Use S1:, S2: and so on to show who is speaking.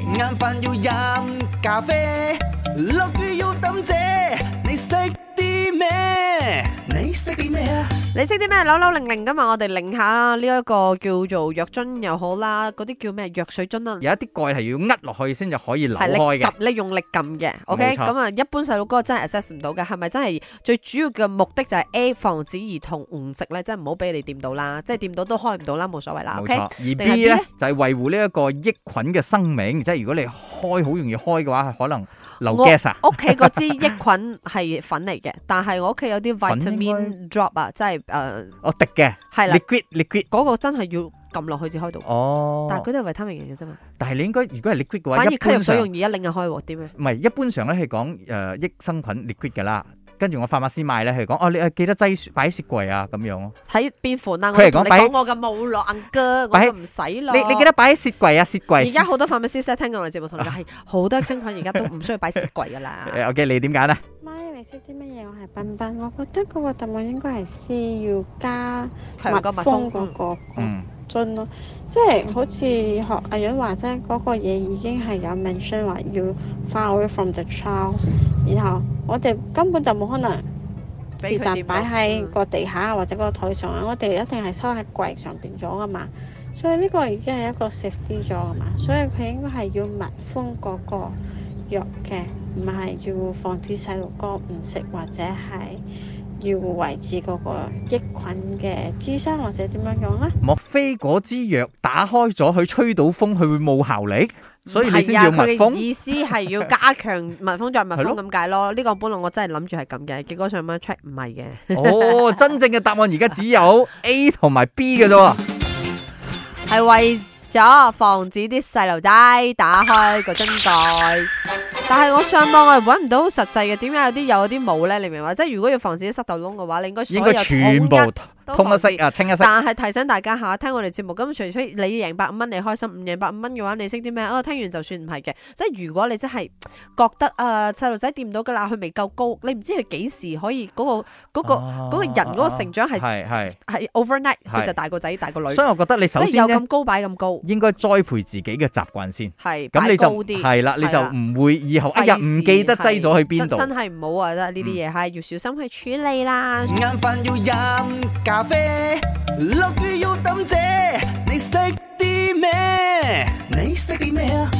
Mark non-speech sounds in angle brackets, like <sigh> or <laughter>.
S1: 晏飯要飲咖啡，落雨要抌遮，你識啲咩？你識啲咩啊？
S2: 你識啲咩扭扭零零噶嘛？我哋擰下呢一個叫做藥樽又好啦，嗰啲叫咩藥水樽啊？
S3: 有一啲蓋係要呃落去先就可以扭
S2: 係力
S3: 開嘅
S2: 撳，，你用力撳嘅，OK，
S3: 冇錯
S2: 咁啊，一般細路哥真係 access 唔到嘅，係咪真係最主要嘅目的就係 A 防止兒童誤食咧，即係唔好俾你掂到啦，即係掂到都開唔到嗯啦，冇所謂啦
S3: 冇
S2: ，OK，
S3: 錯。而
S2: B
S3: B 咧
S2: 呢
S3: 就係維護呢一個益菌嘅生命，即係如果你開好容易開嘅話，可能流
S2: 我
S3: gas 啊。
S2: 屋企嗰支益菌係粉嚟嘅，但係我屋企有啲
S3: 粉應
S2: vitamin drop 啊，即係誒
S3: 我滴嘅
S2: 係啦，
S3: liquid liquid
S2: 嗰個真係要撳落去至開到，
S3: 哦，
S2: 但係嗰啲係維他命嚟嘅啫嘛，
S3: 但係你應該如果係 liquid 嘅話，
S2: 反而
S3: 一
S2: 咳
S3: 般
S2: 藥水
S3: 上
S2: 容易一擰就開喎，點啊？
S3: 唔係一般上咧係講誒益生菌 liquid 㗎啦，跟住我法馬師買咧係講哦你誒記得擠擺雪櫃啊咁樣咯，
S2: 睇邊款啊？我
S3: 佢係
S2: 同你
S3: 講
S2: 講我嘅冇落硬哥，我
S3: 擺
S2: 就唔使咯。
S3: 你你記得擺喺雪櫃啊雪
S2: 而
S3: 櫃。
S2: 家好多粉 a r m 聽緊我哋節目，同你
S3: <laughs>
S2: 講係好多益生菌，而家都唔需要擺雪櫃噶啦。
S3: 誒 OK 你點揀咧？
S4: 媽，你識啲乜嘢？我係彬彬，我覺得嗰個答案應該係 C，要加
S2: 強過蜜
S4: 封
S2: 蜂
S4: 嗰
S2: 嗯
S4: 個
S3: 嗯，
S4: 樽咯，即係好似學阿潤話齋，嗰個嘢已經係有 mention 話要 far away from the child，然後我哋根本就冇可能
S2: 俾
S4: 是
S2: 佢
S4: 但
S2: 掂
S4: 擺
S2: 到
S4: 喺
S2: 嗯
S4: 個地下或者個台上啊，我哋一定係收喺櫃上邊咗噶嘛，所以呢個已經係一個 safety 咗噶嘛，所以佢應該係要密封嗰個藥嘅，唔係要防止細路哥唔食或者係要維持嗰個益菌嘅滋生或者點樣樣啦。
S3: 莫非嗰支藥打開咗佢吹到風，佢會冇效力，所以你先
S2: 係啊，
S3: 要
S2: 佢
S3: 密
S2: 嘅
S3: 封？
S2: 意思係要加強蜜蜂再蜜
S3: 係
S2: 蜂
S3: 咯
S2: 咁解咯。呢個本來我真係諗住係咁嘅，結果上網 check 唔係嘅。
S3: 哦，真正嘅答案而家只有 A 同埋 B 嘅啫喎。
S2: 係為咗防止啲細路仔打開個樽蓋。但係我上網我係揾唔到實際嘅，點解有啲有啲冇咧？你明嘛？即係如果要防止啲塞豆窿嘅話，你應該所
S3: 應
S2: 有
S3: 該全部
S2: 統一都
S3: 通一
S2: 防止
S3: 色啊，清一色。
S2: 但係提醒大家吓，聽我哋節目咁，除非你贏百五蚊，你開心；唔贏百五蚊嘅話，你識啲咩？哦，聽完就算唔係嘅。即係如果你真係覺得啊，細路仔掂到㗎啦，佢未夠高，你唔知佢幾時可以嗰、個嗰、個嗰
S3: 嗰
S2: 個人嗰個成長係
S3: 啊係係
S2: 係 overnight，佢
S3: 係
S2: 就大個仔大個女，
S3: 所以我覺得你首
S2: 所以有
S3: 先咧
S2: 咁高擺咁高，
S3: 應該栽培自己嘅習慣先，
S2: 係
S3: 咁
S2: 擺
S3: 你
S2: 高
S3: 就
S2: 啲，
S3: 係啦，你
S2: 係
S3: 就
S2: 啦
S3: 唔會以後哎呀
S2: 費事
S3: 唔記得擠咗去邊度嗯
S2: 係。真真係唔好啊！真係呢啲嘢係要小心去處理啦。
S1: 晏飯要飲咖啡，落雨要抌遮，你識啲咩？你識啲咩啊？